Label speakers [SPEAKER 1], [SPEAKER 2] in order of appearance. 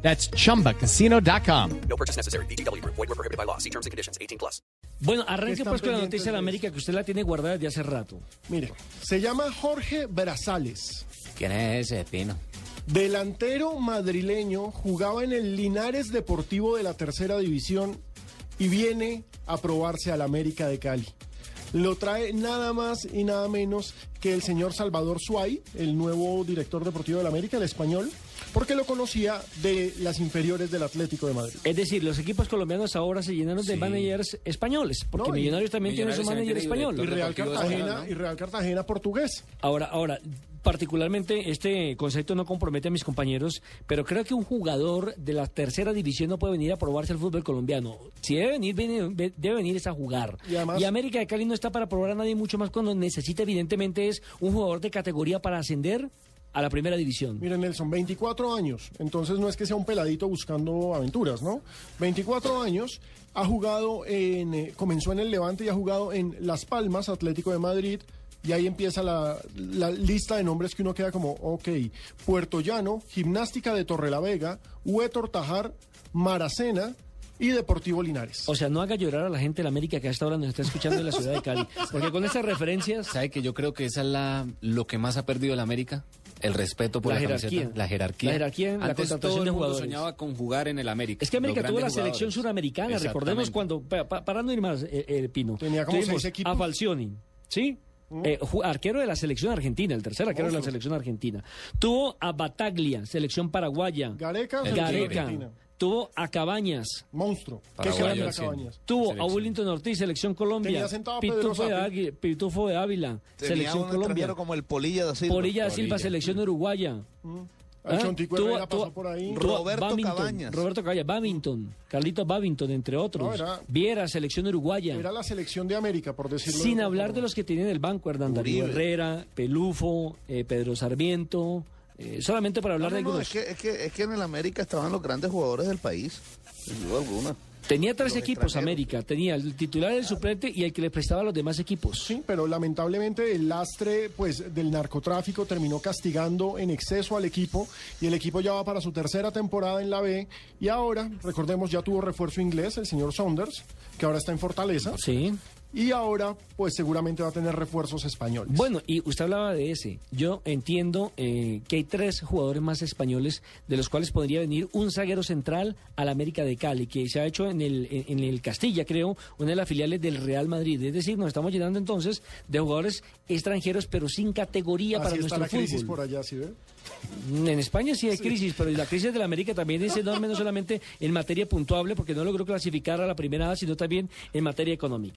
[SPEAKER 1] That's chumbacasino.com.
[SPEAKER 2] No purchase necessary. BGW. Void were prohibited by law. See terms and conditions. 18 plus.
[SPEAKER 3] Bueno, arranque
[SPEAKER 4] Están
[SPEAKER 3] pues con la
[SPEAKER 4] pendientes
[SPEAKER 3] noticia de la
[SPEAKER 4] de
[SPEAKER 3] América, que usted la tiene guardada desde hace rato.
[SPEAKER 4] Mire, se llama Jorge Brazales.
[SPEAKER 5] ¿Quién es ese Pino?
[SPEAKER 4] Delantero madrileño, jugaba en el Linares Deportivo de la Tercera División y viene a probarse al América de Cali. Lo trae nada más y nada menos que el señor Salvador Suay, el nuevo director deportivo del América, el español, porque lo conocía de las inferiores del Atlético de Madrid.
[SPEAKER 3] Es decir, los equipos colombianos ahora se llenaron de managers españoles, porque
[SPEAKER 4] No, y-
[SPEAKER 3] Millonarios también tiene su
[SPEAKER 5] Millonarios
[SPEAKER 3] manager español.
[SPEAKER 4] Y
[SPEAKER 5] también tiene director.
[SPEAKER 4] Real
[SPEAKER 5] Deportivo de
[SPEAKER 4] Cartagena,
[SPEAKER 5] Paraná, ¿no?
[SPEAKER 4] y Real Cartagena portugués.
[SPEAKER 3] Ahora, ahora, particularmente este concepto no compromete a mis compañeros, pero creo que un jugador de la tercera división no puede venir a probarse el fútbol colombiano. Si debe venir, viene- ve- debe venir es a jugar.
[SPEAKER 4] Y además-
[SPEAKER 3] América de Cali no está para probar a nadie mucho más cuando necesita evidentemente es un jugador de categoría para ascender a la primera división.
[SPEAKER 4] Miren, Nelson, 24 años, entonces no es que sea un peladito buscando aventuras, ¿no? 24 años, ha jugado en, eh, comenzó en el Levante y ha jugado en Las Palmas, Atlético de Madrid, y ahí empieza la, la lista de nombres que uno queda como, ok, Puerto Llano, Gimnástica de Torrelavega, Huetor Tajar, Maracena y Deportivo Linares.
[SPEAKER 3] O sea, no haga llorar a la gente de la América que hasta ahora nos está escuchando en la ciudad de Cali. Porque con esas referencias,
[SPEAKER 5] ¿Sabe que yo creo que esa es la, lo que más ha perdido el América? El respeto por
[SPEAKER 3] La
[SPEAKER 5] la,
[SPEAKER 3] jerarquía.
[SPEAKER 5] camiseta, la jerarquía.
[SPEAKER 3] La jerarquía, la
[SPEAKER 5] Antes
[SPEAKER 3] contratación
[SPEAKER 5] todo el
[SPEAKER 3] de
[SPEAKER 5] mundo
[SPEAKER 3] jugadores.
[SPEAKER 5] soñaba con jugar en el América.
[SPEAKER 3] es que América
[SPEAKER 5] los
[SPEAKER 3] tuvo la
[SPEAKER 5] grandes
[SPEAKER 3] selección
[SPEAKER 5] jugadores.
[SPEAKER 3] suramericana. Recordemos
[SPEAKER 5] Exactamente.
[SPEAKER 3] cuando, pa- pa- para no ir más, eh, eh, Pino,
[SPEAKER 4] Tenía como
[SPEAKER 3] tuvimos
[SPEAKER 4] seis equipos. Mm.
[SPEAKER 3] a Falcioni, ¿sí? Eh, ju- arquero de la selección argentina, el tercer arquero de la selección argentina. Tuvo a Bataglia, selección paraguaya.
[SPEAKER 4] Gareca,
[SPEAKER 5] El
[SPEAKER 4] selección
[SPEAKER 5] Tigre.
[SPEAKER 3] Gareca.
[SPEAKER 4] argentina.
[SPEAKER 3] Tuvo a Cabañas.
[SPEAKER 4] monstruo. ¿Qué
[SPEAKER 5] Paraguayo
[SPEAKER 4] se llama
[SPEAKER 5] al cien.
[SPEAKER 4] Cabañas?
[SPEAKER 3] Tuvo a
[SPEAKER 5] Selección.
[SPEAKER 3] Willington Ortiz, selección Colombia.
[SPEAKER 4] Tenía sentado a Pedro
[SPEAKER 3] Pitufo de,
[SPEAKER 4] Sapi.
[SPEAKER 3] Águi- Pitufo de Ávila,
[SPEAKER 6] Tenía
[SPEAKER 3] selección
[SPEAKER 6] un
[SPEAKER 3] Colombia.
[SPEAKER 6] extranjero como el Polilla da Silva. Ah,
[SPEAKER 3] Polilla da Silva, selección uruguaya.
[SPEAKER 4] Al
[SPEAKER 3] ¿Ah?
[SPEAKER 4] Chontico
[SPEAKER 3] Tuvo-
[SPEAKER 4] Herrera pasó
[SPEAKER 3] tuvo-
[SPEAKER 4] por ahí.
[SPEAKER 3] tuvo
[SPEAKER 6] Roberto
[SPEAKER 3] Babington,
[SPEAKER 6] Cabañas.
[SPEAKER 3] Roberto Cabañas, Babington, Carlitos Babington, entre otros.
[SPEAKER 4] No, era-
[SPEAKER 3] Viera, selección uruguaya.
[SPEAKER 4] Era la selección de América, por decirlo
[SPEAKER 3] Sin
[SPEAKER 4] de-
[SPEAKER 3] hablar de los que tienen el banco, Hernán Darío
[SPEAKER 6] Uribe.
[SPEAKER 3] Herrera, Pelufo, eh, Pedro Sarmiento, eh, solamente para
[SPEAKER 6] No,
[SPEAKER 3] hablar
[SPEAKER 6] no,
[SPEAKER 3] de
[SPEAKER 6] no,
[SPEAKER 3] algunos.
[SPEAKER 6] es, que, es, que, es que en el América estaban los grandes jugadores del país, sin duda alguna.
[SPEAKER 3] Tenía tres
[SPEAKER 6] los
[SPEAKER 3] equipos
[SPEAKER 6] extranjeros.
[SPEAKER 3] América, tenía el titular, el suplente y el que le prestaba a los demás equipos.
[SPEAKER 4] Sí, pero lamentablemente el lastre pues del narcotráfico terminó castigando en exceso al equipo y el equipo ya va para su tercera temporada en la B y ahora, recordemos, ya tuvo refuerzo inglés el señor Saunders, que ahora está en Fortaleza
[SPEAKER 3] Sí.
[SPEAKER 4] y ahora pues seguramente va a tener refuerzos españoles.
[SPEAKER 3] Bueno, y usted hablaba de ese. Yo entiendo eh, que hay tres jugadores más españoles de los cuales podría venir un zaguero central al América de Cali, que se ha hecho en el, en- en el Castilla, creo, una de las filiales del Real Madrid. Es decir, nos estamos llenando entonces de jugadores extranjeros, pero sin categoría
[SPEAKER 4] Así
[SPEAKER 3] para
[SPEAKER 4] está
[SPEAKER 3] nuestro
[SPEAKER 4] la crisis
[SPEAKER 3] fútbol.
[SPEAKER 4] por allá, ¿sí ve?
[SPEAKER 3] En España sí hay crisis, pero la crisis de la América también es enorme, no solamente en materia puntuable, porque no logró clasificar a la primera A, sino también en materia económica.